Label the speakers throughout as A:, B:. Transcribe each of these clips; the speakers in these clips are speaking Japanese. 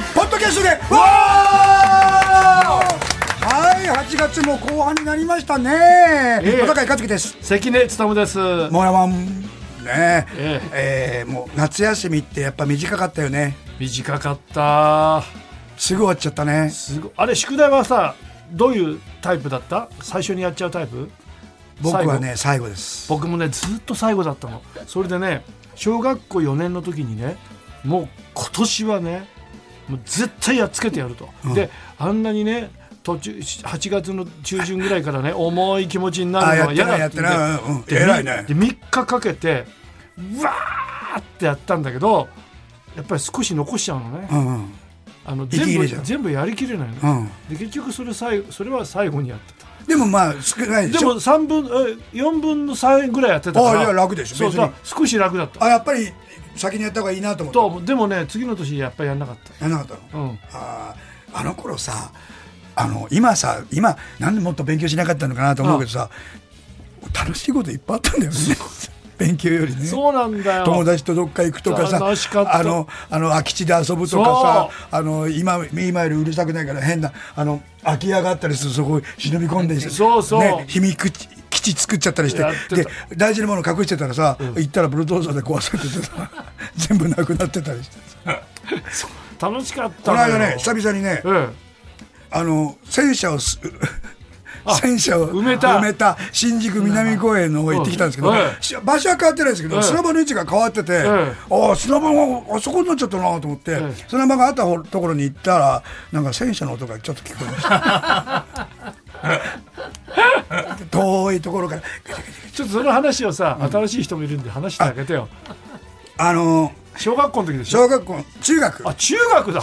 A: でわーはい8月も後半になりましたね、
B: ええ
A: 小高いかつきです
B: 関根勤です。
A: もやまんね
B: え
A: えーもう夏休みってやっぱ短かったよね
B: 短かった。
A: すぐ終わっちゃったね
B: すごい。あれ宿題はさ、どういうタイプだった？最初にやっちゃうタイプ？
A: 僕はね最後です
B: 僕もねずっと最後だったのそれでね小学校4年の時にねもう今年はねもう絶対やっつけてやると、であんなにね途中8月の中旬ぐらいからね重い気持ちにな
A: あ
B: るの
A: やってな
B: は嫌
A: い
B: だ
A: や
B: っ
A: ってて
B: 言う
A: ない
B: ん
A: うんうん
B: で
A: 偉いね
B: で3日かけてうわーってやったんだけどやっぱり少し残しちゃうのね、
A: うんうん
B: あの
A: 息切
B: 全
A: れ
B: 部
A: じゃん
B: 全部やりきれないの、
A: うん
B: で結局それ最後それは最後にやってた
A: でもまあ少ないで
B: で
A: しょ
B: も三分え4分の3ぐらいやってたから
A: あいや楽でしょ
B: そう
A: 別に
B: だから少し楽だった
A: あやっぱり先にやった方がいいなと思って
B: とでもね次の年やっぱりやんなかっ
A: やらなかったの
B: た、うん、
A: あーあの頃さあの今さ今なんでもっと勉強しなかったのかなと思うけどさ楽しいこといっぱいあったんだよね勉強よりね
B: そうなんだよ
A: 友達とどっか行くとかさ
B: 楽しかった
A: あのあの空き地で遊ぶとかさあの今今よりうるさくないから変なあの空き家があったりするとそこ忍び込んで
B: そうそう
A: ね、秘密基地基地作っちゃったりして
B: やって
A: で
B: た
A: 大事なもの隠してたらさ、行ったらブルドーザーで壊されててさ 全部なくなってたりして
B: 楽しかった
A: この
B: のよ
A: 間ね久々にね、
B: え
A: あの戦車をす戦車を
B: 埋めた
A: 新宿南公園の方へ行ってきたんですけど、
B: うんうん
A: し場所は変わってないんですけど、
B: うん
A: 砂場の位置が変わってて、
B: ん
A: ああ砂場があそこになっちゃったなと思って、
B: うん
A: 砂場があったほところに行ったらなんか戦車の音がちょっと聞こえました 遠いところから
B: えちょっとその話をさ、新しい人もいるんで話してあげてよ
A: あの
B: 小学校の時でしょ
A: 小学校中学
B: あ中学だ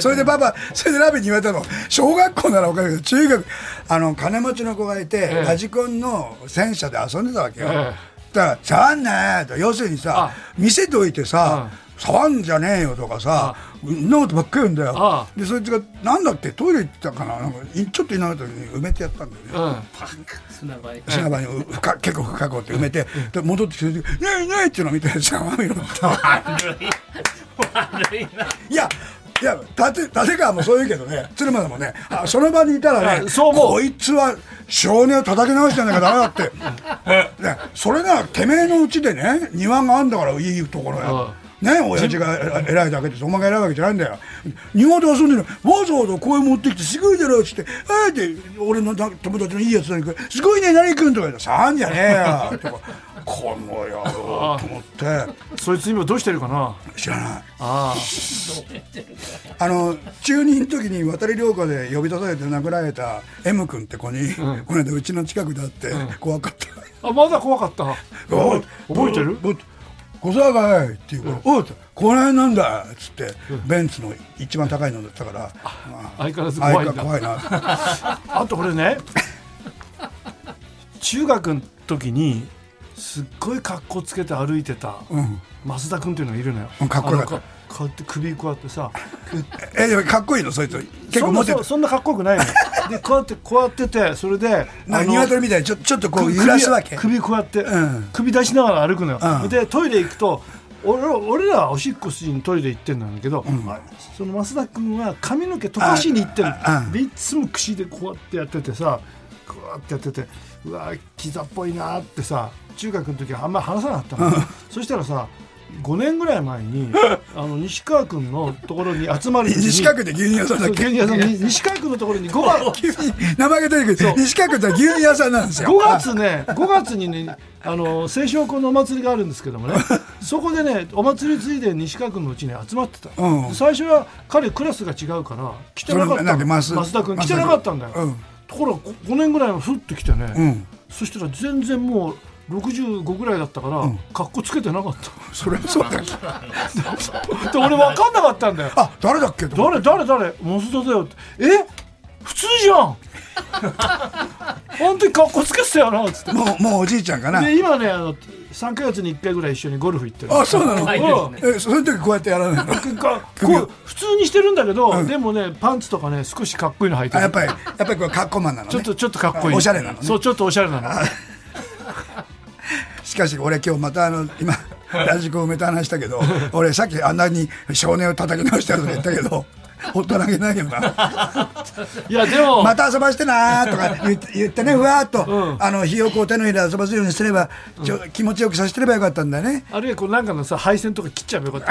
A: それでパパそれでラビに言われたの小学校なら分かるけど中学あの金持ちの子がいて、
B: え
A: ラジコンの戦車で遊んでたわけよ、
B: ええ
A: だから「触んなよと」要するにさ
B: あ
A: 見せといてさ「触んじゃねえよ」とかさそんなことばっかり言うんだよ
B: あ
A: でそいつが「なんだっけトイレ行ったかななんかいちょっといなかった時に埋めてやったんだよね
B: うん
C: 砂場へ
A: 砂場にう深結構深くって埋めて、で戻ってきて「ねえねえ」っていうのを見てシャワー浴びろった
C: 悪い悪いない
A: やいや立立川もそう言うけどね鶴間さんもねあその場にいたらね
B: あそう思う
A: こいつは少年を叩き直してんだけどダメだって、ね、それならてめえのうちでね庭があんだからいいところや。ね、親父がえ偉いだけでお前が偉いわけじゃないんだよ庭で遊んでるのわざわざ公園持ってきて「すごいだろ」っつって「えー、って俺のな友達のいいやつなに「すごいね何君」とか言って「さんじゃねえよ」とか「この野郎」と思って
B: そいつ今どうしてるかな
A: 知らない。
B: あ
A: あの中任の時に渡り良子で呼び出されて殴られた M 君って子に、この間うちの近くで会って、怖かった
B: ああまだ怖かった
A: 「おい
B: 覚えてる
A: おい小沢がい」っていうから「おいこの辺なんだ」っつって、ベンツの一番高いのだったからまあ
B: 相変わらず怖い
A: 相
B: んだ
A: 変わらず怖いな
B: あと俺ね中学の時にすっごい格好つけて歩いてた、増田君っていうのがいるのよ、
A: うんかっこよかった
B: あのこうやって首こうやってさ
A: えでもかっこいいのそいつ結構モテ
B: そん
A: て
B: なそんなかっこよくないのよでこうやってこうやっててそれで
A: なんか
B: あの
A: 鶏みたいにちょちょっとこう
B: 首
A: 揺らすわけ
B: 首こうやって、
A: うん
B: 首出しながら歩くのよ、
A: うん
B: でトイレ行くと俺ら俺らはおしっこしにトイレ行ってんだけど、その増田君は髪の毛溶かしに行ってる
A: あうん
B: でいつも口でこうやってやっててさこうやってやっててうわキザっぽいなってさ中学の時はあんまり話さなかったの、そしたらさ5年ぐらい前 にあの西川君のところに集まる時に
A: 西川区で牛乳屋さんだっけ
B: そう牛乳屋さんの西川君のところに5 番
A: 急に名前が出てくる西川区って牛乳屋さんなんですよ
B: 5月ね5月にねあの清少校のお祭りがあるんですけど もねそこでねお祭りついでに西川君のうちに集まってた、
A: うん
B: 最初は彼クラスが違うから来てなかっ
A: それ
B: た
A: なん
B: の
A: で増
B: 増田君来てなかったんだよ、
A: うん
B: ところが5年ぐらいのふって来てね、
A: うん
B: そしたら全然もう65ぐらいだったから、格好つけてなかっ
A: それはそうだよ
B: た で俺分かんなかったんだよ
A: あ誰だっけと思って
B: 誰誰誰増田だよってえ普通じゃ んあん時格好つけてたよなっつって
A: もう、もうおじいちゃんかな。
B: で今ねあの3か月に1回ぐらい一緒にゴルフ行ってる
A: あ、そうなの。
C: いですね
A: え、その時こうやってやらないの。
B: なんか
A: 首を
B: こう普通にしてるんだけど、でもねパンツとかね少しかっこいいの履いて
A: あ、
B: る
A: やっぱり、やっぱりこれカッコマンなの、ね。
B: ちょっとちょっとかっこいい
A: あおしゃれなのね
B: そうちょっとおしゃれなの
A: しかし、俺今日また、あの、 今。 ラジコン埋めた話だけど、俺さっきあんなに少年を叩き直したとか言ったけど。ほったらげないよな。
B: いやでも、
A: また遊ばしてなーとか言って言ってね、ふわーっと、
B: うん
A: あの、ひよこを手のひらで遊ばせるようにすれば、ちょ気持ちよくさせてればよかったんだね。
B: あるいはこうなんかのさ配線とか切っちゃえばよかっ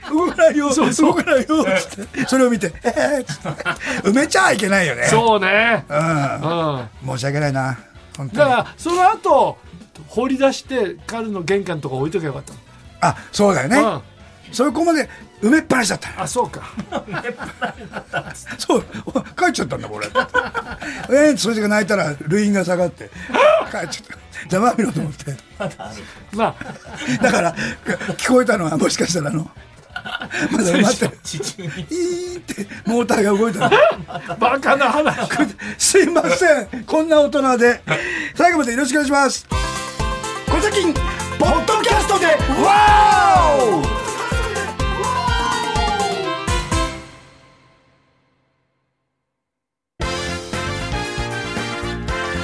B: た。
A: 動くなよ、動くなよ、つって。それを見て、えーっつって。埋めちゃいけないよ ね。
B: そうね。
A: うん
B: うん。だ。か
A: 申し訳ないな。本当に。
B: らその後掘り出して彼の玄関のとか置いとけばよかったの。
A: あ、そうだよね。
B: うん。
A: そこまで埋めっぱなしだったの
B: あそうか。
A: そうお帰っちゃったんだ これえー、それが泣いたら塁員が下がって帰っちゃったざまあみろと思って
B: ま
A: だからか聞こえたのはもしかしたらあのまだ埋まってる
C: 地中に
A: イーってモーターが動いたの
B: あバカな 話。
A: すいませんこんな大人で最後までよろしくお願いします小崎ポッドキャストでワーオ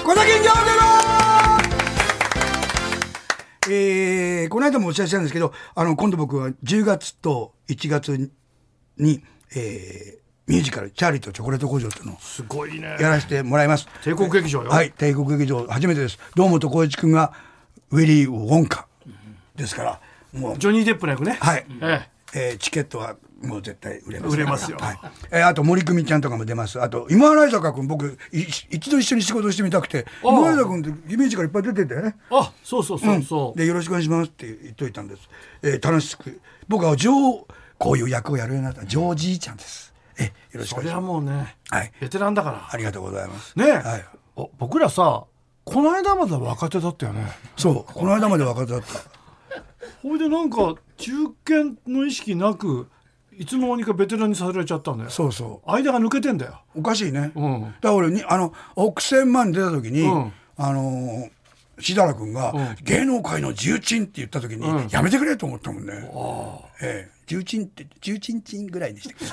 A: 小崎行でのえー、この間もお知らせしたんですけど、あの、今度僕は10月と1月に、えー、ミュージカル、チャーリーとチョコレート工場っていうのを
B: すごいね。
A: やらせてもらいます。
B: 帝国劇場よ。
A: はい、帝国劇場初めてです。堂本光一君がウェリー・ウォンカですから、もう、
B: ジョニー・デップの役ね。
A: はい、
B: え
A: えーチケットはもう絶対売れます。
B: 売れますよ
A: はい。えーあと森久美ちゃんとかも出ます。あと今原坂君、僕い一度一緒に仕事してみたくて、
B: あ
A: 今原坂君ってイメージからいっぱい出ててね。
B: え。あそうそうそうそう。
A: でよろしくお願いしますって言っといたんです。えー楽しく僕はジョーこういう役をやるようになったジョージーちゃんです。えよろしく
B: そ
A: お願い
B: れ
A: し
B: は
A: ます。
B: もうね、
A: はい。
B: ベテランだから。
A: ありがとうございます。
B: ねえ、
A: はい。
B: お僕らさこの間まだ若手だったよね
A: そうこの間まで若手だった。
B: ほいでなんか中堅の意識なくいつの間にかベテランにされちゃったんだよ
A: そうそう。
B: 間が抜けてんだよ
A: おかしいね、
B: うん
A: だから俺にあの億千万出た時に、
B: うん
A: あのー、しだら君が、
B: ん
A: 芸能界の重鎮って言った時に、
B: うん
A: やめてくれと思ったもんね、ええ、重鎮って重鎮鎮ぐらいでしたけど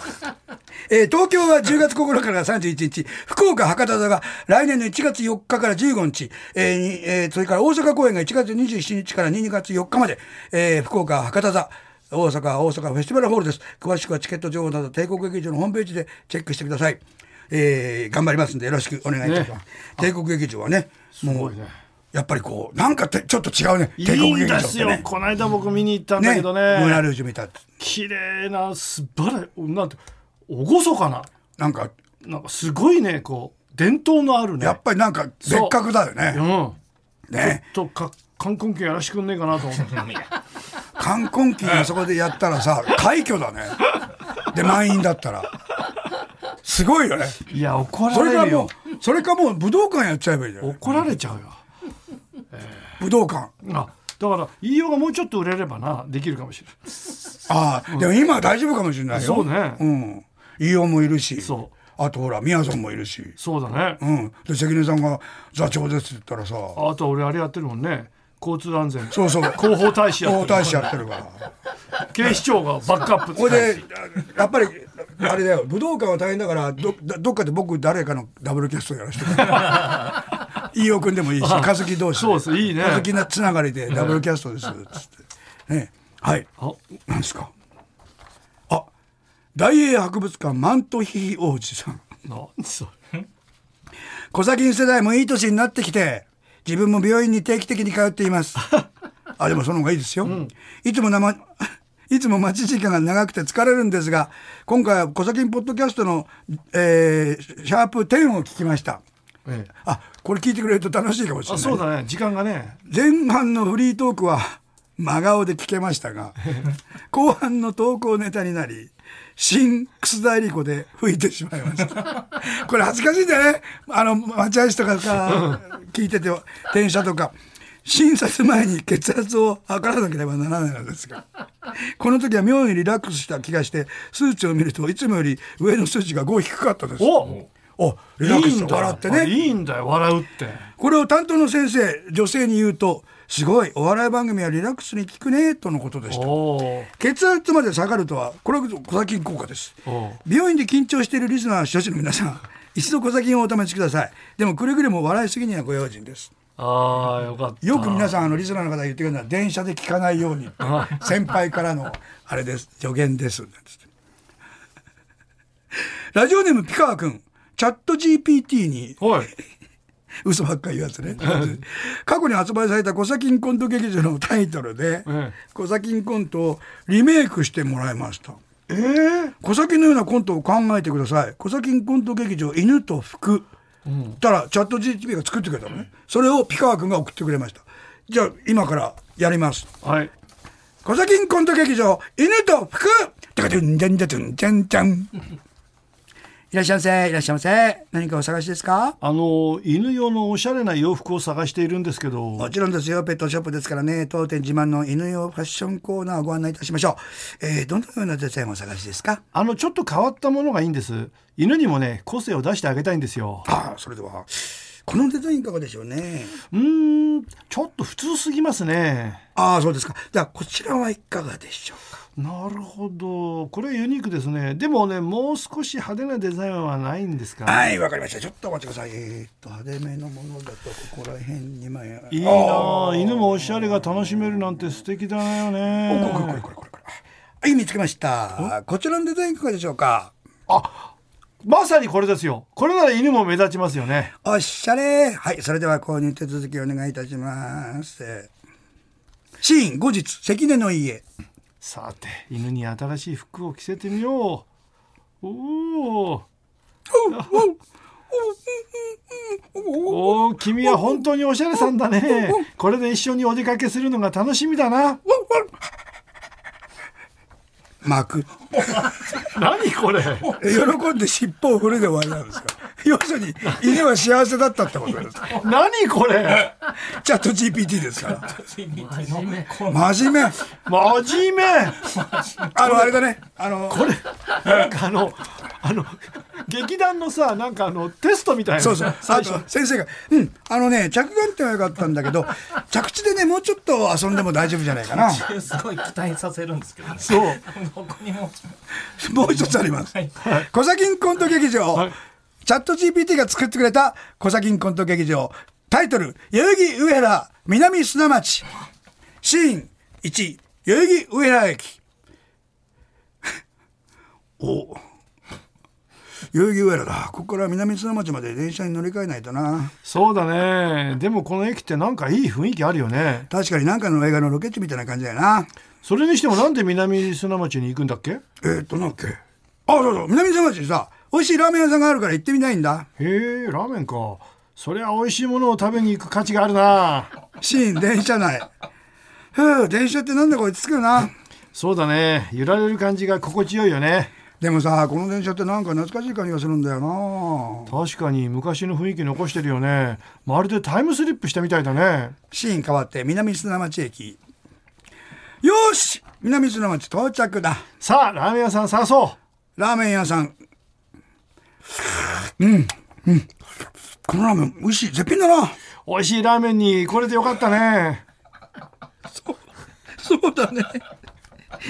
A: えー東京は10月9日から31日福岡博多座が来年の1月4日から15日、えーにえーそれから大阪公演が1月27日から2月4日まで、えー福岡博多座大阪大阪フェスティバルホールです詳しくはチケット情報など帝国劇場のホームページでチェックしてください、えー頑張りますんでよろしくお願いいたします、帝国劇場はねもう
B: すごいね
A: やっぱりこうなんかてちょっと違うね
B: い
A: 帝国
B: いん
A: 劇場
B: で
A: っ
B: す
A: て
B: よ、
A: ね
B: この間僕見に行ったんだ
A: ね
B: け
A: ム
B: ど
A: ーラ
B: ね
A: ルージュみたい
B: 綺麗な素晴らしいなんて厳かな
A: なんか
B: なんかすごいねこう伝統のあるね
A: やっぱりなんか別格だよ
B: う
A: ね。
B: ん
A: ね、
B: ちょっとか観光客やらしてくんねえかなと思って
A: 冠婚期がそこでやったらさ、快挙だね。で満員だったら、すごいよね。
B: いや怒
A: それ
B: ら
A: か
B: れる
A: もう
B: よ、
A: それかもう武道館やっちゃえばいいじゃん。
B: 怒られちゃうよ
A: 武道館。
B: あだから言いようがもうちょっと売れればなできるかもしれない
A: ああ、でも今は大丈夫かもしれないよ。
B: そうね
A: うん。イオンもいるし
B: そ、
A: あとほらみやぞんもいるし、
B: そうだね
A: うん。で関根さんが座長ですって言ったらさ、
B: あと俺あれやってるもんね交通安全
A: そうそう。
B: 広報大使やって
A: 皇
B: る
A: 太子やってるから。
B: 警視庁がバックアップ
A: これでやっぱりあれだよ武道館は大変だからどどっかで僕誰かのダブルキャストやらせてくれ 飯尾君でもいいし和樹同士
B: そうですいいね
A: 和樹なつながりでダブルキャストですつってねはい
B: あ
A: なんですかあ大英博物館マントヒヒ王子さん
B: なんそれ
A: 小崎世代もいい年になってきて自分も病院に定期的に通ってい ますあでもその方がいいですよ、いつも生 いつも待ち時間が長くて疲れるんですが今回は小崎ポッドキャストの、えーシャープ10を聞きました
B: ええ
A: あこれ聞いてくれると楽しいかもしれ
B: あ
A: ない
B: そうだね時間がね
A: 前半のフリートークは真顔で聞けました が後半の投稿ネタになり新楠田絵理子で吹いてしまいましたこれ恥ずかしいんだよねあの待合室とかさ聞いてて電車とか診察前に血圧を測らなければならないのですがこの時は妙にリラックスした気がして数値を見るといつもより上の数値が5低かったです
B: お
A: おリ
B: い
A: ラック
B: い
A: ス
B: んだ
A: 笑ってね
B: あいいんだよ笑うって
A: これを担当の先生女性に言うと「すごいお笑い番組はリラックスに効くね」とのことでした
B: おー
A: 血圧まで下がるとはこれは小崎効果です
B: おう
A: 病院で緊張しているリスナー諸氏の皆さん 一度小崎をお試しくださいでもくれぐれも笑いすぎにはご用心です
B: あーよかった
A: よく皆さんあのリスナーの方が言ってくれるのは電車で聞かないように先輩からのあれです助言ですなんつって ラジオネームピカワ君チャット GPT に
B: はい。
A: 嘘ばっかり言うやつね過去に発売された「コサキンコント劇場」のタイトルで
B: え
A: 「コサキンコント」をリメイクしてもらいました
B: えー、
A: 小崎のようなコントを考えてください。小崎コント劇場犬と服。たらチャット GTP が作ってくれたのね。それをピカワ君が送ってくれました。じゃあ今からやります。
B: はい。
A: 小崎コント劇場犬と服。てかてんじゃんじゃてんじゃんじゃん。 いらっしゃいませ。いらっしゃいませ。何かお探しですか。
B: あの犬用のおしゃれな洋服を探しているんですけど
A: もちろんですよ。ペットショップですからね。当店自慢の犬用ファッションコーナーをご案内いたしましょう。えー、どのようなデザインをお探しですか。
B: あのちょっと変わったものがいいんです犬にもね個性を出してあげたいんですよ
A: ああ、それでは。このデザインいかがでしょうね。
B: うーんちょっと普通すぎますね
A: ああそうですかじゃあこちらはいかがでしょうか
B: なるほどこれユニークですねでもねもう少し派手なデザインはないんですか
A: はいわかりましたちょっとお待ちくださいえーっと派手めのものだとここら辺に枚あ
B: いいなあ犬もおしゃれが楽しめるなんて素敵だよ
A: おこれこれ
B: ね
A: これこれこれはい見つけましたこちらのデザインいかがでしょうか
B: まさにこれですよこれなら犬も目立ちますよね
A: おっしゃれはいそれでは購入手続きお願いいたしますシーン後日関根の家
B: さて犬に新しい服を着せてみようおおおお君は本当におしゃれさんだねこれで一緒にお出かけするのが楽しみだな
A: 幕
B: 何これ
A: 喜んで尻尾を振るで終わりなんですよ要するに犬は幸せだったってことです
B: 何これ
A: チャット GPT ですから
C: 真面目
A: 真面目
B: 真面目
A: あのあれだねあの
B: これなんかあのあの劇団のさなんかあのテストみたいな
A: そうそうあ
B: 最初
A: と先生が「うんあのね着眼点は良かったんだけど着地でねもうちょっと遊んでも大丈夫じゃないかな
C: すごい期待させるんですけどね。
B: そう
C: ここにも。
A: もう一つあります
C: はい。
A: 小崎んコント劇場、
B: はい
A: チャット GPT が作ってくれた小崎んコント劇場タイトル「代々木上原南砂町」シーン1代々木上原駅 お代々木上原だここから南砂町まで電車に乗り換えないとな
B: そうだねでもこの駅ってなんかいい雰囲気あるよね
A: 確かに何かの映画のロケ地みたいな感じだよな
B: それにしてもなんで南砂町に行くんだっけへ
A: えー、っとなんだっけあそうそう南砂町にさ美味しいラーメン屋さんがあるから行ってみないんだ
B: えラーメンかそりゃ美味しいものを食べに行く価値があるな
A: シーン電車内ふう電車ってなんだか落ち着くよな
B: そうだね揺られる感じが心地よいよね
A: でもさこの電車ってなんか懐かしい感じがするんだよな
B: 確かに昔の雰囲気残してるよねまるでタイムスリップしたみたいだね
A: シーン変わって南砂町駅よーし南砂町到着だ
B: さあラーメン屋さん探そう
A: ラーメン屋さんうんうんこのラーメン美味しい絶品だな
B: 美味しいラーメンにこれでよかったね
A: そうだね。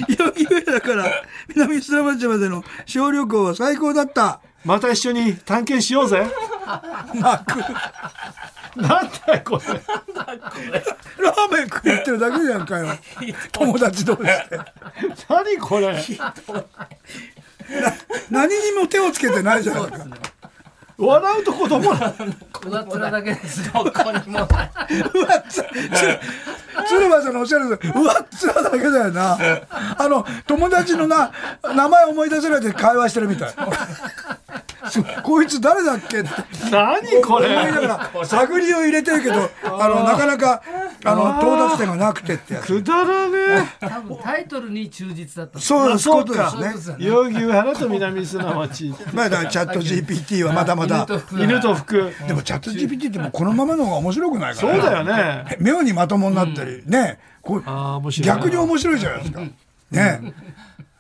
A: 代々木上だから南砂町までの小旅行は最高だった。
B: また一緒に探検しようぜ
A: ラ
B: なんだよこれ
A: ーメン食いってるだけじゃんかよ。友達同士で。
B: 何これ
A: 何にも手をつけてないじゃないか。
B: 笑うとこどこだ
C: 上っ面だけです。どこにも。
A: うわっつ、つ、鶴瓶さんのおっしゃるとおりうわっつらだけだよな。あの、友達のな、名前思い出せないで会話してるみたい。そうこいつ誰だっけって。
B: 何こ
A: 思い
B: れ
A: ながら探りを入れてるけどあのなかなかあの到達点がなくてってやつ
B: くだらね
C: 多分タイトルに忠実だった。
A: そういうことで
B: あ
A: す
C: そういうこ
A: ね
C: とですよ
B: え代々
C: ね。
B: 木上原と南砂町
A: まあだからチャット GPT はまだまだ
C: 犬と服
B: 犬と服
A: でもチャット GPT ってもうこのままの方が面白くないか
B: そう
A: らね
B: だよね
A: 妙にまともになったりねこう
B: あー面白いな
A: 逆に面白いじゃないですかね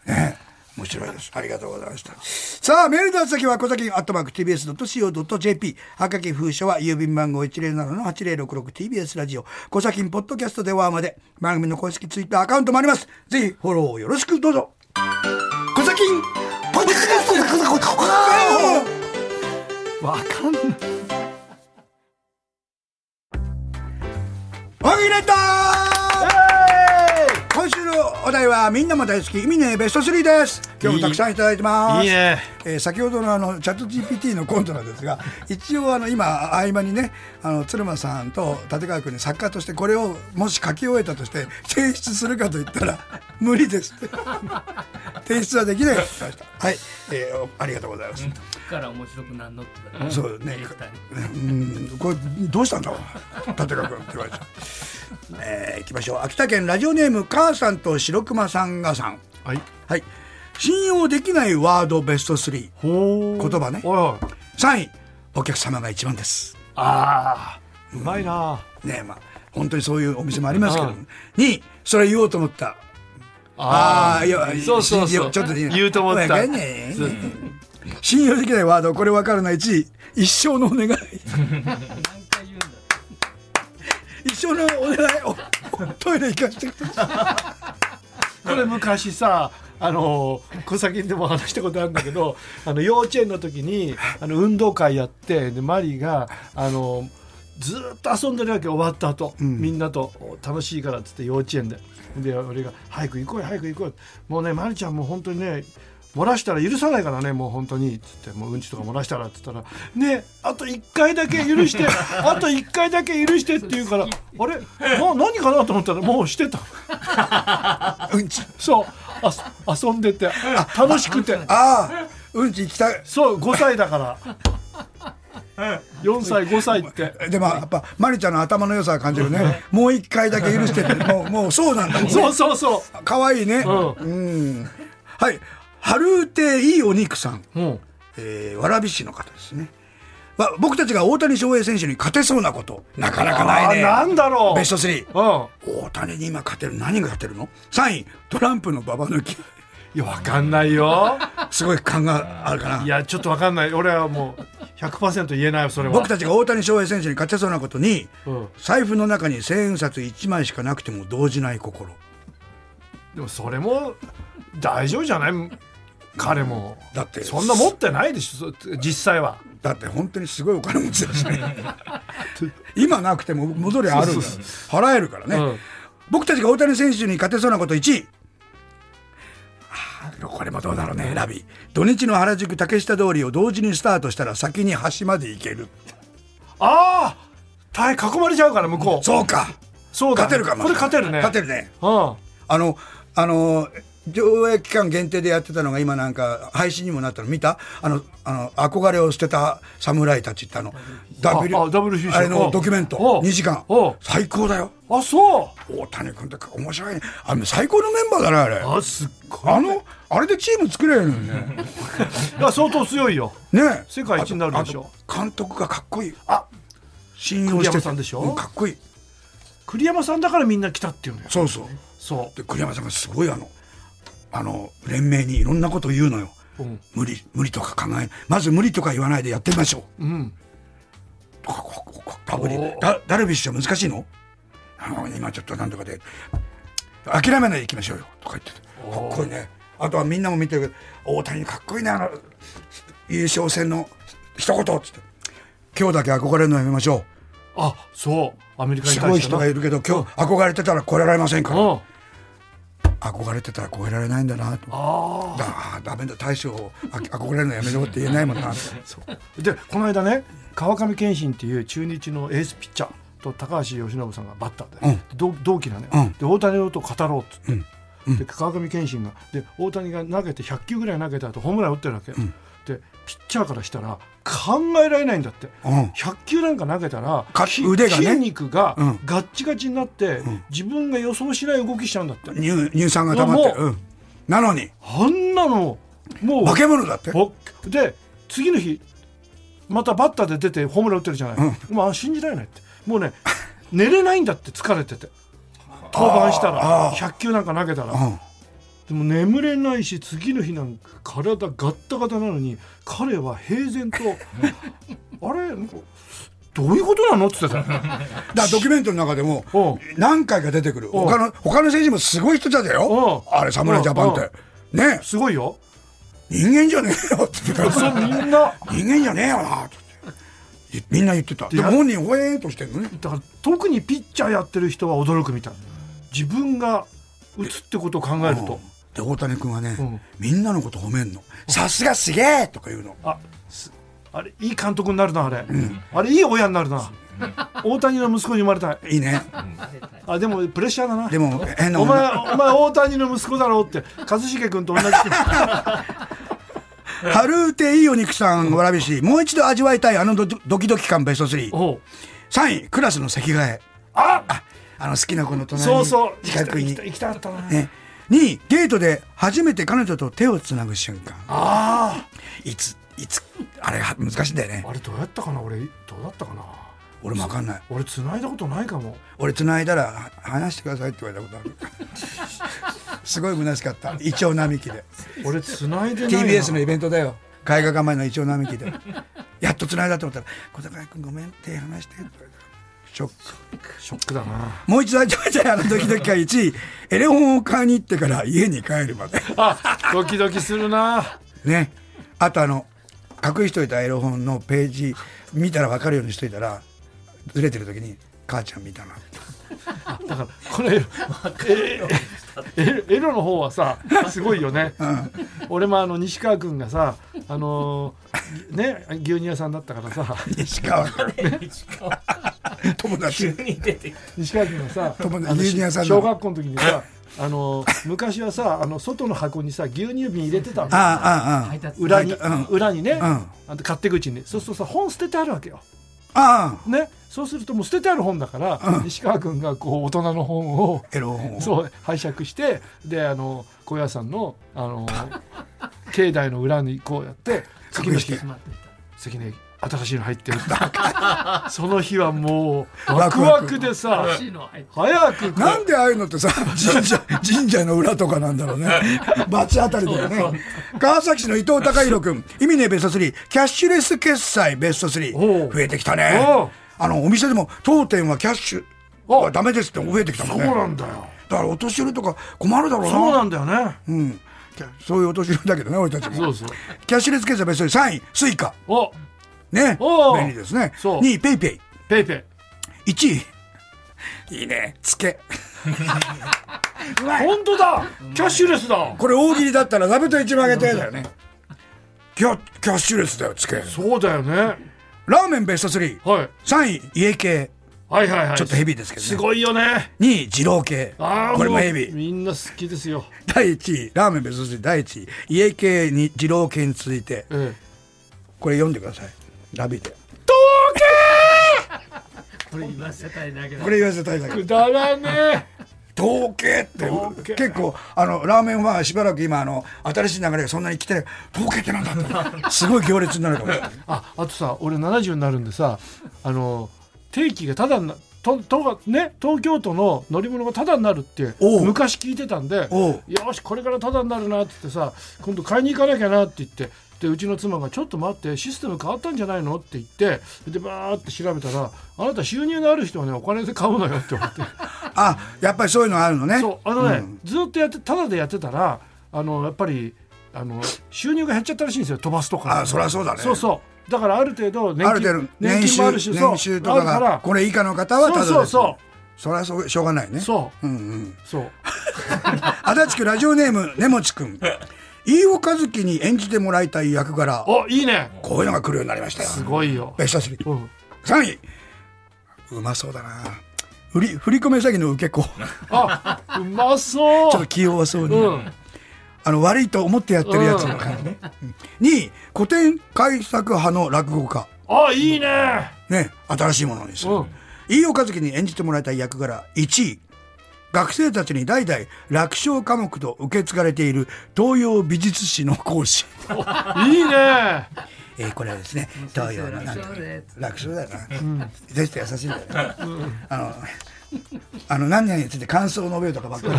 A: ね面白いですありがとうございましたさあメールの宛先は小崎アットマーク TBS.CO.JP 赤き封書は郵便番号 107-8066TBS ラジオ小崎ポッドキャストではまで番組の公式ツイッターアカウントもありますぜひフォローをよろしくどうぞ小崎ポッドキャスト
B: わかんない
A: おぎれた今今週のお題はみんなも大好き意味ねベスト3です今日もたくさんいただいてます
B: いいね
A: えー先ほどのあのチャット GPT のコントなんですが一応あの今合間にねあの鶴間さんと立川君に作家としてこれをもし書き終えたとして提出するかと言ったら無理ですって提出はできないと言ってましたはい、えーおありがとうございます、
C: から面白くなんのって言われて
A: そうね
C: ディレクターに
A: うんこれどうしたんだ立川君って言われたえー、いきましょう秋田県ラジオネーム母さんと白熊さんがさん
B: はい
A: はい信用できないワードベスト3
B: ほー
A: 言葉ね
B: おいおい
A: 3位お客様が一番です
B: あーうまいな
A: ねえまあ本当にそういうお店もありますけど
B: う
A: 2位それ言おうと思ったああいや
B: そうそうそう
A: いやちょっとね
B: 言うと思った
A: ごめんね信用できないワードこれ分かるな1位一生のお 願い
C: 何回言うんだろ
A: 一生のお願いおおトイレ行かせてください
B: これ昔さあの小崎でも話したことあるんだけどあの幼稚園の時にあの運動会やってでマリーがあのずーっと遊んでるわけ終わった後、みんなとお「楽しいから」っつって幼稚園でで俺が「早く行こうよ早く行こうよ」もうねマリちゃんもう本当にね漏らしたら許さないからねもう本当に」っつって「もううんちとか漏らしたら」っつったら「ねあと1回だけ許してあと1回だけ許して」って言うから「あれな何かな?」と思ったらもうしてた。
A: うんち
B: そうあそ遊んでてあ楽しくて
A: ああうんち行きたい
B: そう5歳だから4歳5歳って
A: でもやっぱマリちゃんの頭の良さは感じるねもう一回だけ許してってもうもうそうなんだもんね
B: そうそうそ
A: 可愛いね
B: う
A: うんはい春亭いいお肉さん
B: う、うん、
A: えー、蕨市の方ですね。わ僕たちが大谷翔平選手に勝てそうなこと、なかなかないね。
B: あーなんだろう
A: ベスト3。
B: うん
A: 大谷に今勝てる、何が勝てるの ?3 位、トランプのババ抜き。
B: いやわかんないよ
A: すごい感があるか
B: い
A: な。
B: やちょっとわかんない俺はもう100%言えないよそれは
A: 僕たちが大谷翔平選手に勝てそうなことに、
B: うん
A: 財布の中に千円札1枚しかなくても動じない心。
B: でもそれも大丈夫じゃない彼も
A: だって
B: そんな持ってないでしょそ実際は
A: だって本当にすごいお金持ちだ しね今なくても戻りあるんだ
B: そう
A: 払えるからね、
B: うん
A: 僕たちが大谷選手に勝てそうなこと1位あーこれもどうだろうねラビ土日の原宿竹下通りを同時にスタートしたら先に端まで行ける
B: ああ大変囲まれちゃうから向こう
A: そうか
B: そうだ
A: 勝
B: ね
A: てるかも
B: これ勝てるね
A: 勝てるね
B: うん
A: あのあの上映期間限定でやってたのが今なんか配信にもなったの見たあのあの憧れを捨てた侍たちってあの W
B: あ WBC
A: あれのドキュメント
B: おう
A: 2時間
B: おう
A: 最高だよ
B: あそう
A: 大谷君って面白いねあの最高のメンバーだねあれ
B: あすっごい
A: あのあれでチーム作れるのにね
B: いや相当強いよ
A: ねえ
B: 世界一になるでしょ
A: あと監督がかっこいい
B: あ
A: 信用してて
B: 栗山さんでしょ
A: うんかっこいい
B: 栗山さんだからみんな来たっていうのよ
A: そうそう
B: そ
A: で栗山さんがすごいあのあの連盟にいろんなこと言うのよ
B: ううん、
A: 無理無理とか考えまず無理とか言わないでやってみましょう
B: うん、
A: とかこここダブリ
B: おー
A: ダダルビッシュは難しいのあの今ちょっとなんとかで諦めないでいきましょうよとか言っててかっこいいねあとはみんなも見てるけど大谷かっこいいねあの優勝戦の一言っつって今日だけ憧れるのやめましょ
B: あそうアメリ
A: う
B: カに
A: すごい
B: 対して
A: 人
B: な
A: がいるけど今日憧れてたら超えられませんか
B: う
A: ら
B: ん
A: 憧れてたら超えられないんだなとだ
B: あ
A: あーダメだ大将をあ憧れるのやめろって言えないも んなって
B: ーでこの間ね川上憲伸っていう中日のエースピッチャーと高橋由伸さんがバッターで、同同期なのよ、
A: うん
B: で大谷のことを語ろうっつって、で川上憲伸がで大谷が投げて100球ぐらい投げた後ホームラン打ってるわけ、でピッチャーからしたら考えられないんだって、
A: うん
B: 100球なんか投げたら
A: か
B: き
A: 腕がね
B: 筋肉が
A: うん
B: ガッチガチになって、自分が予想しない動きしちゃうんだって、
A: 乳乳酸が溜まって
B: うわもう
A: うんなのに
B: あんなのもう
A: 化け物だって
B: ぼで次の日またバッターで出てホームラン打ってるじゃない、まあ信じられないってもうね 寝れないんだって疲れてて登板したら
A: あー
B: 100球なんか投げたら、
A: うん
B: でも眠れないし次の日なんか体ガッタガタなのに彼は 平然と「あれなんかどういうことなの?」って言っ てたよ
A: だからドキュメントの中でも
B: うん
A: 何回か出てくる
B: うん
A: 他の他の選手もすごい人たちだよ
B: うん
A: あれ侍ジャパンってねえ
B: すごいよ
A: 人間じゃねえよって言って
B: そ
A: た
B: うみんな
A: 人間じゃねえよなって言ってみんな言ってたでも本人ほえーとしてるのね
B: だから特にピッチャーやってる人は驚くみたい自分が打つってことを考えると、
A: で大谷君はね、
B: うん
A: みんなのこと褒めんの「さすがすげえ!」とか言うの
B: あすあれいい監督になるなあれ、あれいい親になるな大谷の息子に生まれたい
A: いいね
B: あでもプレッシャーだな
A: でも変な
B: お前
A: 女
B: お前大谷の息子だろうって一茂君 と同じ
A: 春うていいお肉さんわらびしもう一度味わいたいあのドドキドキ感ベスト33
B: おう
A: 位クラスの席替え
B: あ
A: あの好きな子の隣
B: そう
A: に
B: そう行きた
A: 近く
B: 行き
A: に
B: た行きたかったな、
A: ね2位デートで初めて彼女と手をつなぐ瞬間
B: あ
A: いついつあれは難しいんだよね
B: ああれどうやったかな俺どうだったかな
A: 俺もわかんない
B: 俺繋いだことないかも
A: 俺繋いだらは話してくださいって言われたことある すごい虚しかったイチョウ並木で
B: 俺繋いでないな
A: TBS のイベントだよ絵画館前のイチョウ並木で やっと繋いだと思ったら「小高井君ごめん手離して」って言われたショック
B: ショックだな
A: もう一度味わいたいあの時々が1位 エレフォンを買いに行ってから家に帰るまで
B: あドキドキするな
A: ねあとあの隠しといたエロ本のページ見たら分かるようにしといたらずれてる時に「母ちゃん見たな」
B: だからこれええエロの方はさすごいよね、俺もあの西川君がさあのーね牛乳屋さんだったからさ
A: 西川君友達
C: に出てき
B: 西川君がさ
A: 友達
B: あの
A: 牛乳屋さんだ
B: 小学校の時にさあのー昔はさあの外の箱にさ牛乳瓶入れてたの
A: ああああ
C: 配達
B: 裏に、
A: うん
B: 裏にね、
A: ん
B: あの勝手口にそうするとさ本捨ててあるわけよ
A: ああ
B: ねそうするともう捨ててある本だから、西川君がこう大人の本を
A: エロ本を
B: そう拝借してであの小屋さんのあ の境内の裏にこうやって次の日
A: 隠して
C: まってた
B: 次の日新しいの入ってる その日はもう
A: ワ
B: ワ
A: ク
B: ク
A: ワク
B: ワクでさ
C: 欲しいの入って
B: 早くこう
A: なんでああいうのって さ神社神社の裏とかなんだろうね罰当たりだよね川崎市の伊藤孝弘君意味ねベスト3キャッシュレス決済ベスト
B: お
A: 3
B: う
A: 増えてきたね
B: おう
A: あのお店でも当店はキャッシュはダメですって増えてきたも
B: そ
A: ん
B: う
A: ね
B: なんだよ
A: だからお年寄りとか困るだろうな
B: そうなんだよね
A: うん、そういうお年寄りだけどね俺たちも
B: そうそう
A: キャッシュレス決済ベスト3位スイカ
B: お
A: ね
B: おー
A: 便利ですね
B: そう
A: 2位ペイペ
B: ペイペ
A: イ1位いいねつけう
B: イ
A: まい
B: 本当だキャッシュレスだ
A: これ大喜利だったらラブと1番あげてだよねキャキャッシュレスだよつけ
B: そうだよね
A: ラーメンベスト33
B: はい
A: 位家系
B: はいはいはい
A: ちょっとヘビーですけ
B: す
A: どね
B: ごいよね
A: 2位二郎系
B: ああ
A: これもヘビー
B: みんな好きですよ
A: 第1位ラーメンベスト3第1位家系に二郎系に続いて
B: え
A: これ読んでくださいラビで
C: これ言わせたいだけだ
A: これ言わせたいだけ
B: えくだらねえ
A: 統計って
B: 統計
A: 結構あのラーメンはしばらく今あの新しい流れがそんなに来てない統計ってなんだ ってすごい行列になるかもしれない
B: ああとさ俺70になるんでさあの定期がただになととがね、東京都の乗り物がただになるって
A: おう
B: 昔聞いてたんで
A: おう
B: よしこれからただになるなって言ってさ今度買いに行かなきゃなって言ってでうちの妻が「ちょっと待ってシステム変わったんじゃないの?」って言ってでバーって調べたら「あなた収入のある人はねお金で買うのよ」って 思って。
A: あやっぱりそういうのあるのね
B: そうあのね、ずっとやってただでやってたらあのやっぱりあの収入が減っちゃったらしいんですよ飛ばすとか
A: あそりゃそうだね
B: そうそうだからある程度年
A: ある
B: 金
A: 程度
B: 年
A: 年
B: 金もある
A: 収
B: し
A: 年収と
B: そう
A: か
B: あるか
A: が
B: ら
A: これ以下の方はただです
B: そうそう
A: そりゃそうしょうがないね
B: そう
A: うんうん
B: そう
A: 足立区ラジオネームね もちくん飯尾和樹に演じてもらいたい役柄
B: おいいね
A: こういうのが来るようになりましたよ
B: すごいよ、
A: ベスト3
B: うん、
A: 3位うまそうだな振り振り込め詐欺の受け 子ち
B: あうまそう
A: ょっと器用そうに、
B: うん
A: あの悪いと思ってやってるやつの感じね。2位古典改作派の落語家
B: あいいね
A: ね新しいものにする、
B: うん
A: 飯尾和樹に演じてもらいたい役柄1位学生たちに代々楽勝科目と受け継がれている東洋美術史の講師、
B: いいね
A: えーこれはですね東洋のなん
C: 楽
A: だ
C: 勝で
A: 楽勝だよな、ぜひと優しいんだよね、あのあの何々について感想を述べるとかばっかり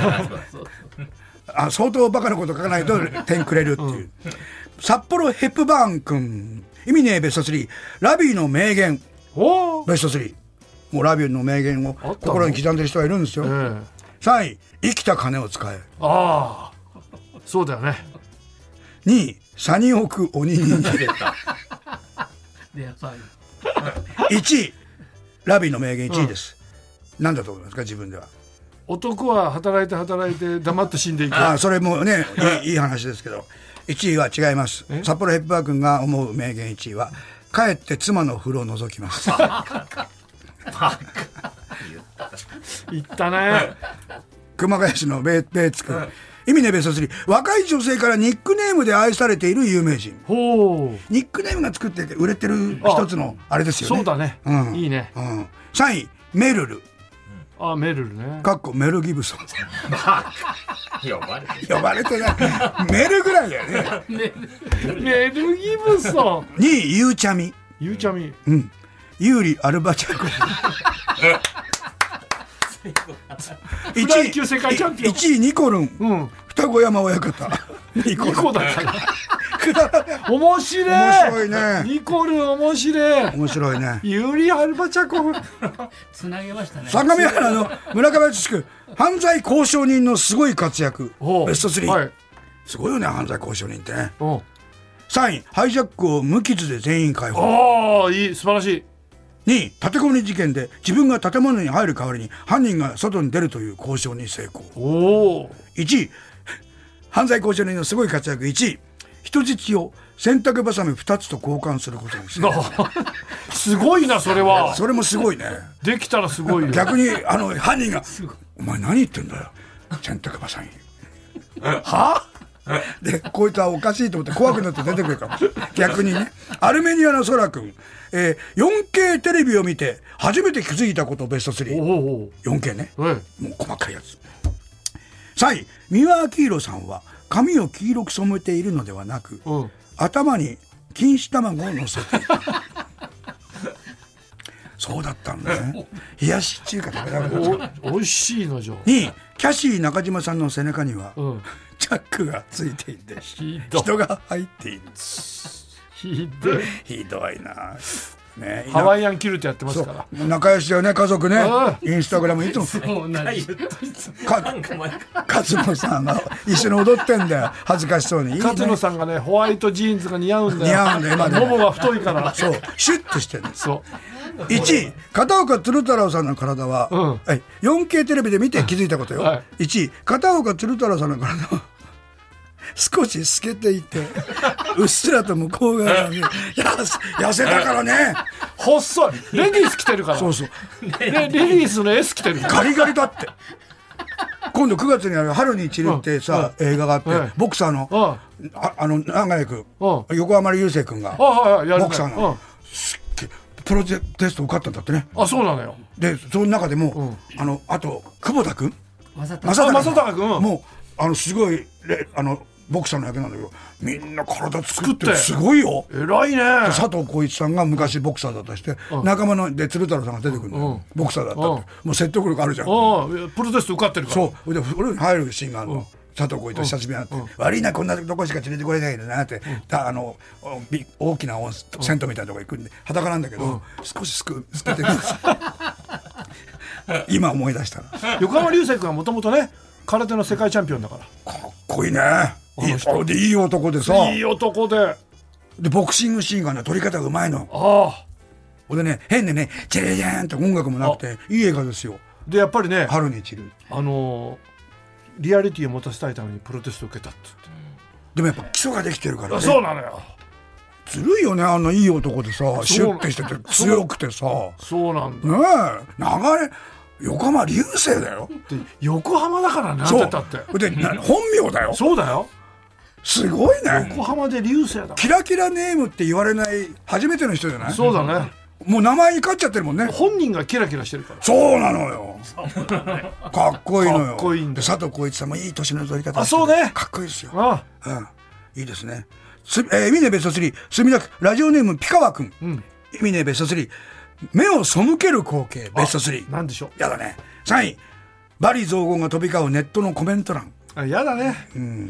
A: あ相当バカなこと書かないと点くれるっていう、札幌ヘップバーン君意味ねえベスト3ラビーの名言
B: おー
A: ベスト3もうラビーの名言を
B: あったの
A: 心に刻んでる人がいるんですよ、
B: ええ
A: 3位生きた金を使え
B: ああそうだよね
A: 2位サニオク鬼人間
C: でやっぱり
A: 1位ラビーの名言1位です、なん、何だと思いますか自分では
B: 男は働いて働いて黙って死んでいく
A: ああそれもねいいいい話ですけど1位は違います札幌ヘップバー君が思う名言1位は「帰って妻の風呂を覗き ます」
B: 言ったね
A: 熊谷市のベーベーツ君、意味ねベスト3若い女性からニックネームで愛されている有名人
B: ほう
A: ニックネームが作ってて売れてる一つのあれですよね
B: そうだね
A: うん
B: いいね
A: うん、3位メルル
B: あメルルね
A: かっこメル・ギブソン
D: 呼ばれてる
A: 呼ばれてないメルぐらいだよね
B: メルギブソン
A: 2位ゆうちゃみ
B: ゆうちゃみ
A: うんユーリ・アルバチャコ
B: フラン級世界チャンピオン
A: 1位ニコルン
B: うん
A: 双子山親方ニコル
B: ニ
A: ン
B: コだから 面白い
A: 面白いね
B: ニコル面白い
A: 面白いね
B: ユーリ・アルバチャコフ
C: つなげましたね。
A: 相模原の村上敦君犯罪交渉人のすごい活躍
B: ほう
A: ベスト3、
B: はい
A: すごいよね犯罪交渉人ってね
B: うん
A: 3位ハイジャックを無傷で全員解放
B: ああいい素晴らしい
A: 2位立てこもり事件で自分が建物に入る代わりに犯人が外に出るという交渉に成功
B: おお
A: 1位犯罪交渉人のすごい活躍1位人質を洗濯ばさみ2つと交換することに成 功
B: すごいなそれは
A: それもすごいね
B: できたらすごいよ
A: 逆にあの犯人が「お前何言ってんだよ洗濯ばさみ」はあでこいつはおかしいと思って怖くなって出てくるから逆にねアルメニアの空くん、えー 4K テレビを見て初めて気づいたことベスト
B: お
A: 34K
B: お
A: ね
B: おえ
A: もう細かいやつ3位三輪明宏さんは髪を黄色く染めているのではなく、
B: うん
A: 頭に錦糸卵を乗せてい たそうだったんだ ね冷やし中華食べられなかった
B: おおいしいのじゃあ
A: 2位キャシー中島さんの背中には、
B: うん
A: チャックがついていて
B: ひど
A: 人が入っている
B: ひどい
A: ひどいなね
B: ハワイアンキルトやってますから
A: そう仲良しだよね家族ね
B: う
A: インスタグラムいつも
C: もう同じ。
A: か
D: なんか前から
A: 勝野さんが一緒に踊ってんだよ恥ずかしそうにいいね
B: 勝野さんがねホワイトジーンズが似合うんだよ
A: 似合うんだよ今でも
B: ももが太いから
A: そうシュッとしてるんです
B: そう
A: 1位片岡鶴太郎さんの体は、
B: うん
A: はい 4K テレビで見て気づいたことよ、
B: は
A: 1位片岡鶴太郎さんの体は少し透けていてうっすらと向こう側に痩せ痩せたからね
B: 細いレディース着てるから
A: そうそう
B: レレディースの S 着てる
A: ガリガリだって今度9月にある「春に散る」ってさ、映画があって、
B: はい
A: ボクサーの、
B: あ
A: ああの長屋君、
B: う
A: 横浜流星君が
B: あはいはいやるね
A: ボクサー
B: う
A: の
B: ん
A: プロジェテスト受かったんだってね
B: あそうなのよ
A: でその中でも、あのあと久保田君
C: わざと
A: 正
B: あ
A: 隆
B: 正隆君
A: もうあのすごいレあのボクサーの役なんだけどみんな体作って
B: 作って
A: すごいよ
B: 偉いね
A: 佐藤浩市さんが昔ボクサーだったりして仲間ので鶴太郎さんが出てくるの
B: うん
A: よボクサーだったってもう説得力あるじゃん
B: ああプロテスト受かってるから
A: そうそれで俺に入るシーンがあるの佐藤浩市と久しぶりに会って悪いなこんなとこしか連れてこれないけどなってたあのおび大きな温泉銭湯みたいなとこ行くんで裸なんだけど少しすくす けてる今思い出したらかっ
B: 横浜流星君はもともとね空手の世界チャンピオンだか
A: こいいねいいあでいい男でさ
B: らいい男であ
A: でボクシングシーンがね取り方がうまいの
B: あ
A: 俺ね変でねチェレジャーンって音楽もなくていい映画ですよ
B: でやっぱりね
A: 春に散る
B: あのーリアリティを持たせたいためにプロテストを受けたって言っ
A: でもやっぱ基礎ができてるから
B: てそ
A: ね
B: うなのよ
A: ずるいよねあんないい男でさシュッてしてて強くてさね
B: そうなん
A: え
B: だ
A: 流れ横浜流星だよ
B: って横浜だからねあん
A: そ
B: ただって
A: うでな本名だよ
B: そうだよ
A: すごいね
B: 横浜で流星だ
A: キラキラネームって言われない初めての人じゃない
B: そうだね
A: もう名前に勝っちゃってるもんね
B: 本人がキラキラしてるから
A: そうなのよ。かっこいいのよ。
B: かっこいいんだ
A: で佐藤浩市さんもいい年の取り方。
B: あそうね
A: かっこいいですよ。
B: ああ
A: うん。いいですね。す、えー、エミネベスト3、墨田区、ラジオネームピカワ君。
B: ん
A: エミネベスト3、目を背ける光景、ベスト3。
B: なんでしょう
A: やだね。3位、バリ雑言が飛び交うネットのコメント欄。
B: あやだね
A: 2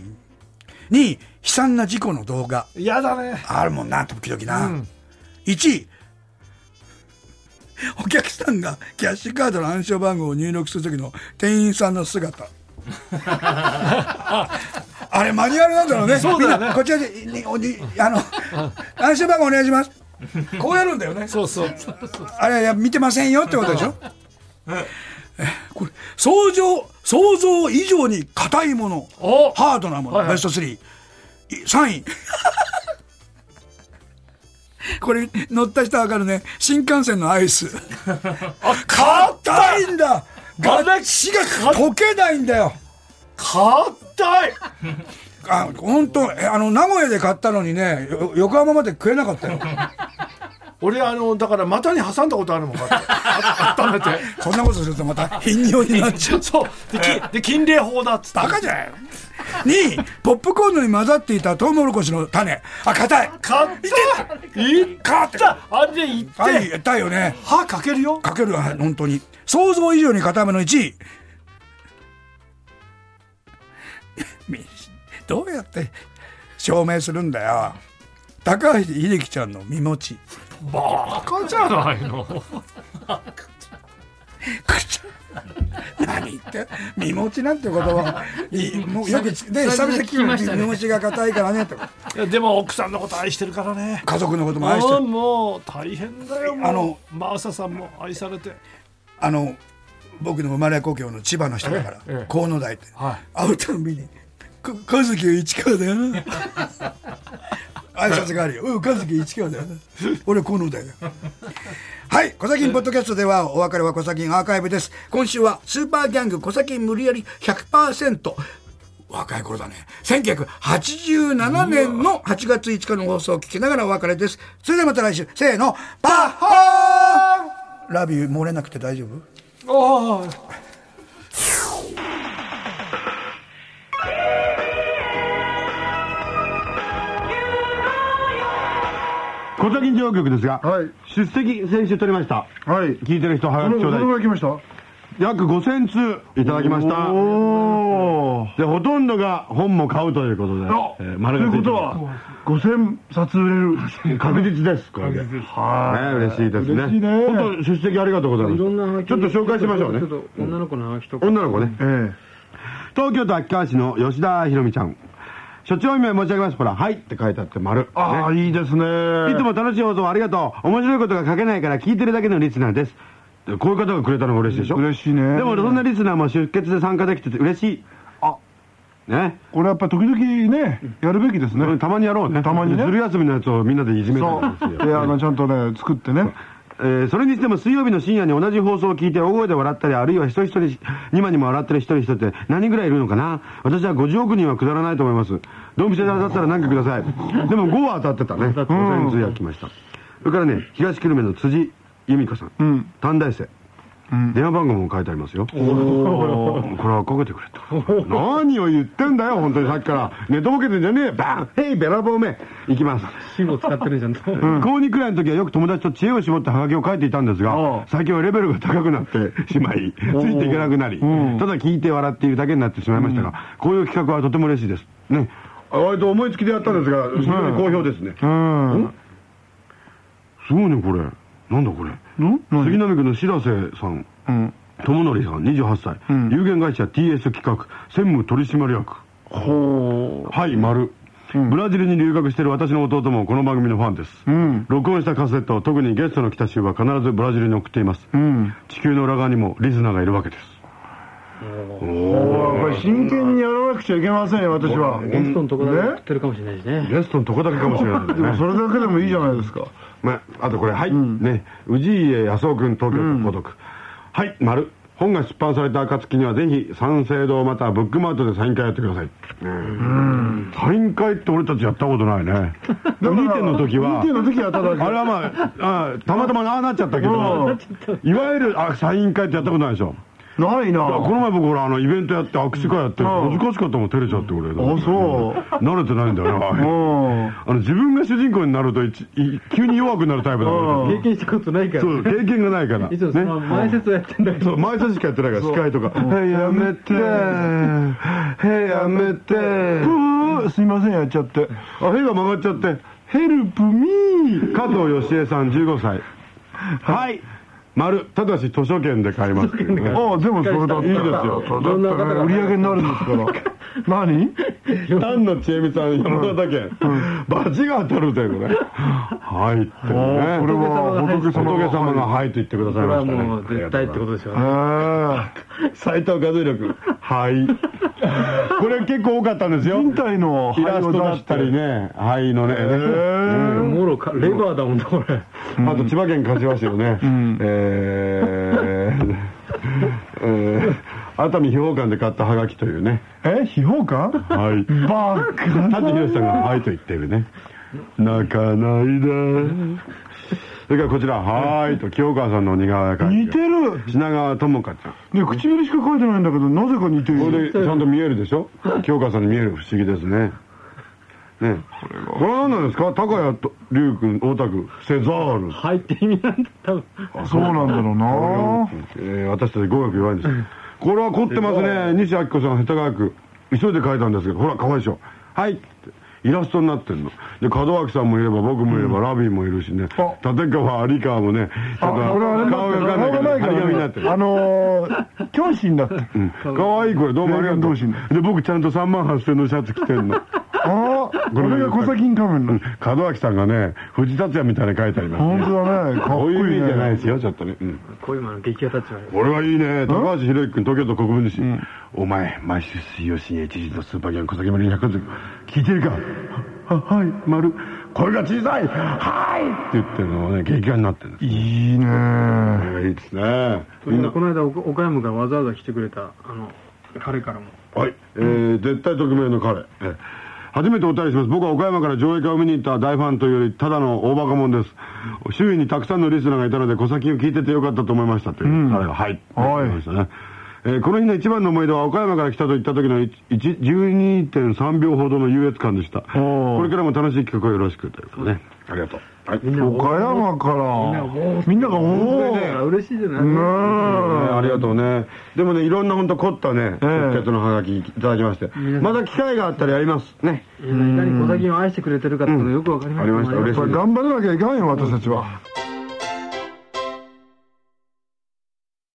A: 位、悲惨な事故の動画。
B: やだね
A: あるもんな、時々な。
B: うん
A: 1位、お客さんがキャッシュカードの暗証番号を入力する時の店員さんの 姿。あれマニュアルなんだろうね。
B: そうだよね
A: みんなこちらで、におにあの、暗証番号お願いします。こうやるんだよね。
B: そうそう
A: あれいや見てませんよってことでしょ。これ想像想像以上に硬いもの
B: お
A: ハードなもの、
B: はいはい
A: ベスト3い3位 これ乗った人は分かるね新幹線のアイス
B: あ
A: 硬
B: 硬い
A: いんだガラシが溶けないんだよ
B: 硬い
A: あ本当えあの名古屋で買ったのにねよ横浜まで食えなか ったよ
B: 俺あのだから股に挟んだことあるもんこうやってあ温めて
A: こんなことするとまた頻尿になっちゃう
B: そうできで禁令法だっつって
A: バカじゃん2位ポップコーンに混ざっていたトウモロコシの種あ硬い
B: 買ったいったあれで行っ
A: はい
B: て
A: 硬いよね
B: 歯かけるよ
A: かけるはい本当に想像以上に固めの1位みどうやって証明するんだよ高橋秀樹ちゃんの身持ち
B: バカじゃないの
A: 何言って身持ちなんて言葉はいいもうよくね久
C: 久
A: 々
C: 々
A: に聞
C: に聞きまし
A: く
C: た
A: 身
C: ね
A: 持ちが硬いからねとか
B: いやでも奥さんのこと愛してるからね
A: 家族のことも愛して
B: もう
A: る
B: もう大変だよもう
A: あ
B: あ
A: の
B: のマーサさんも愛されて
A: あの僕の生まれ故郷の千葉の人だか
B: え
A: ら
B: え
A: 河野大って
B: は
A: 会
B: い
A: うたんびに「こ和樹市川だよな」挨拶があるよ「うん和樹市川だよな俺河野大だよ」はい「小崎ポッドキャスト」ではお別れは小崎アーカイブです今週はスーパーギャング小崎無理やり100%若い頃だね1987年の8月5日の放送を聞きながらお別れですそれではまた来週せーのパッホーラビュー漏れなくて大丈夫
B: ああ
E: 小崎上局ですが、
F: はい
E: 出席先週取りました。
F: はい。
E: 聞いてる人、
F: こ
E: 早
F: の
E: くちょう
F: こ
E: だい
F: の。ぐらい来ました
E: 約5000通いただきました。
F: おー。
E: で、ほとんどが本も買うということで。
F: あ
E: え
F: と
E: ー
F: いうことは、5000冊売れ る。
E: 確実です、これで。ね、
F: は
E: 嬉しいですね。
F: 嬉しいね
E: 本当、出席ありがとうございます。ちょっと紹介しましょうね。
G: 女の子の人
E: 女の子ね。
F: い。ええ。
E: 東京都秋川市の吉田ひろみちゃん。所長名申し上げます。ほら、はいって書いてあって丸。
F: ああ、いいですね。
E: いつも楽しい放送ありがとう。面白いことが書けないから聞いてるだけのリスナーです。でこういう方がくれたのが嬉しいでしょ
F: 嬉しいね
E: でもそんなリスナーも出血で参加できてて嬉しい。
F: あ、
E: ね。
F: これやっぱ時々ね、やるべきですね。
E: たまにやろうね。
F: たまにね
E: ずる休みのやつをみんなでいじめた
F: そ
E: んです
F: う。
E: よ。
F: で、あの、ちゃんとね、作ってね。
E: えーそれにしても水曜日の深夜に同じ放送を聞いて大声で笑ったり、あるいは人一人、今にも笑ってる一人人って何人ぐらいいるのかな私は50億人はくだらないと思います。ドンピシャだったら何かください。でも5は当たってたね。5000通や来ました。それからね、東久留米の辻由美子さん。
F: うん
E: 短大生。電話番号も書いてありますよ。これはかけてくれと。何を言ってんだよ、本当にさっきから。寝とぼけてんじゃねえよ。バンヘイ、べらぼうめ。いきます。
G: 死語使ってるじゃんと
E: 高2くらいの時はよく友達と知恵を絞ってハガキを書いていたんですが、最近はレベルが高くなってし まい、ついていけなくなり、ただ聞いて笑っているだけになってしまいましたが、こういう企画はとても嬉しいです。ね。割と思いつきでやったんですが、非常に好評ですね。
F: うん。
E: すごいね、これ。なんだこれ。
F: ん
E: 杉
F: 何
E: 並区の白瀬さん、
F: うん。
E: 友則さん、28歳、
F: ん
E: 有限会社 TS 企画、専務取締役。
F: ほ
E: はい、丸。ブラジルに留学している私の弟もこの番組のファンです。
F: う。うん。
E: 録音したカセットを特にゲストの来た週は必ずブラジルに送っています、
F: うん。
E: 地球の裏側にもリスナーがいるわけです
F: これ真剣にやらなくちゃいけませんよ、私は。
G: ゲストのとこだけ
F: ね
G: 送ってるかもしれないしね
E: ゲストのとこだけかもしれないで
F: です
E: ね
F: もそれだけでもいいじゃないですか。
E: まあ、あとこれはい、ね氏家康夫君東京都孤独、はい丸本が出版された暁にはぜひ三省堂またはブックマートでサイン会やってください、ねサイン会って俺たちやったことない ね2点の時は
F: 2点の時はただけ
E: あれはまあああたまたまああなっちゃったけどいわゆるあサイン会ってやったことないでしょ
F: ないな。
E: あこの前僕ほらあのイベントやって握手会やって
F: うん
E: 恥ずかしかったもん照れちゃって俺
F: あそう
E: 慣れてないんだよなあれ
F: うん。
E: あの自分が主人公になるといちい急に弱くなるタイプだ
F: う
E: 俺
F: ん
G: 経験したことないから
E: そう経験がないから
G: いつもその
E: ね
G: 前説をやってんだけ
E: そ
G: ど
E: う毎週しかやってないから司会とか「へいやめてへいやめて」
F: うーすいませんやっちゃって
E: あへが曲がっちゃって「ヘルプミー」加藤義恵さん15歳はい丸ただし図書券で買いますっていうね
F: ああでもそれだって
E: いいですよ
F: それだったら売り上げになるんですから何
E: 丹野千恵美さん、山形県。バチが当たるぜ、これ。はいってね。
F: これは仏様
E: 仏
F: が
E: 様が入って言ってください
G: れ
E: ま
G: は
E: したね。
G: もう絶対ってことでしょうね。
E: ああ斎藤和弘君はいこれ結構多かったんですよ
F: 人体の
E: イラ
F: 肺
E: ス
F: を
E: トだっ
F: 出したて
E: りね肺のね、
F: ー
E: うん
G: もろか、レバーだもんな、これ。
E: あと千葉県柏市のね、
F: ん
E: えーえー熱海標館で買ったハガキというね
F: え批評家
E: はい
F: バーカ
E: 舘ひろしさんが「はい」と言ってるね「泣かないで」それからこちら「はーい」と清川さんの似顔絵描い
F: 似て る
E: 品川智香ちゃん
F: ね唇しか書いてないんだけどなぜか似て
E: こ
F: る
E: れでちゃんと見えるでしょ京川さんに見える不思議ですねねこれこれは何なんですか高谷と龍君大田区セザール
G: 入って意味なんだ、多分。
F: そうなんだろうな
E: えー私たち語学弱いんですこれは凝ってますね西明子さん世田谷区急いで書いたんですけどほら可愛いでしょはいってイラストになってんので門脇さんもいれば僕もいれば、ラビーもいるしね
F: あ
E: 立川有川もねちょっと
F: これはあれだ
E: 顔が浮かんないけど張り紙になってる
F: あのー教師になってる
E: かわいいこれどうもありがとう
F: 霊園同
E: で僕ちゃんと3万8000のシャツ着てんの
F: ああこれが小崎に仮面だ
E: 門脇さんがね藤達也みたいに書いてあります
F: 本
E: ね
F: 当だねか っ
E: こ
F: こ
E: う
F: いい
E: いう意味じゃない
F: ね
E: ですよちょっとね、うん、
G: こういうのの激アタッチは。
E: 俺はいいね高橋宏之君東京都国分寺市、お前毎週水曜深夜1時のスーパーギャン小崎丸100ず聞いてるかははい丸声が小さいはいって言ってるのをね激化になってるんです
F: いいね
E: これがいいですね
G: そ
E: み
G: れ
E: ん
G: で
E: な
G: この間、お岡山からわざわざ来てくれた、あの、彼からも。
E: はい、えー、絶対匿名の彼、えー初めてお便りします僕は岡山から上映会を見に行った大ファンというよりただの大バカ者です周囲にたくさんのリスナーがいたので小崎を聞いててよかったと思いましたという、彼がはい
F: は
E: 言
F: い
E: ってましたねえーこの日の一番の思い出は岡山から来たと言った時の一一12.3秒ほどの優越感でした
F: おー
E: これからも楽しい企画をよろしくということでねありがとう、はい、みんな
F: 岡山からみんながおおね
G: 嬉しいじゃない
E: ねありがとうねでもねいろんな本当凝ったね
F: え
E: 直結のハガキいただきましてまた機会があったらやりますね
G: いかに小崎を愛してくれてるかっていうのがよくわかりま
E: ありました
G: ね
E: 嬉しいです
F: 頑張らなきゃいかんよ私たちは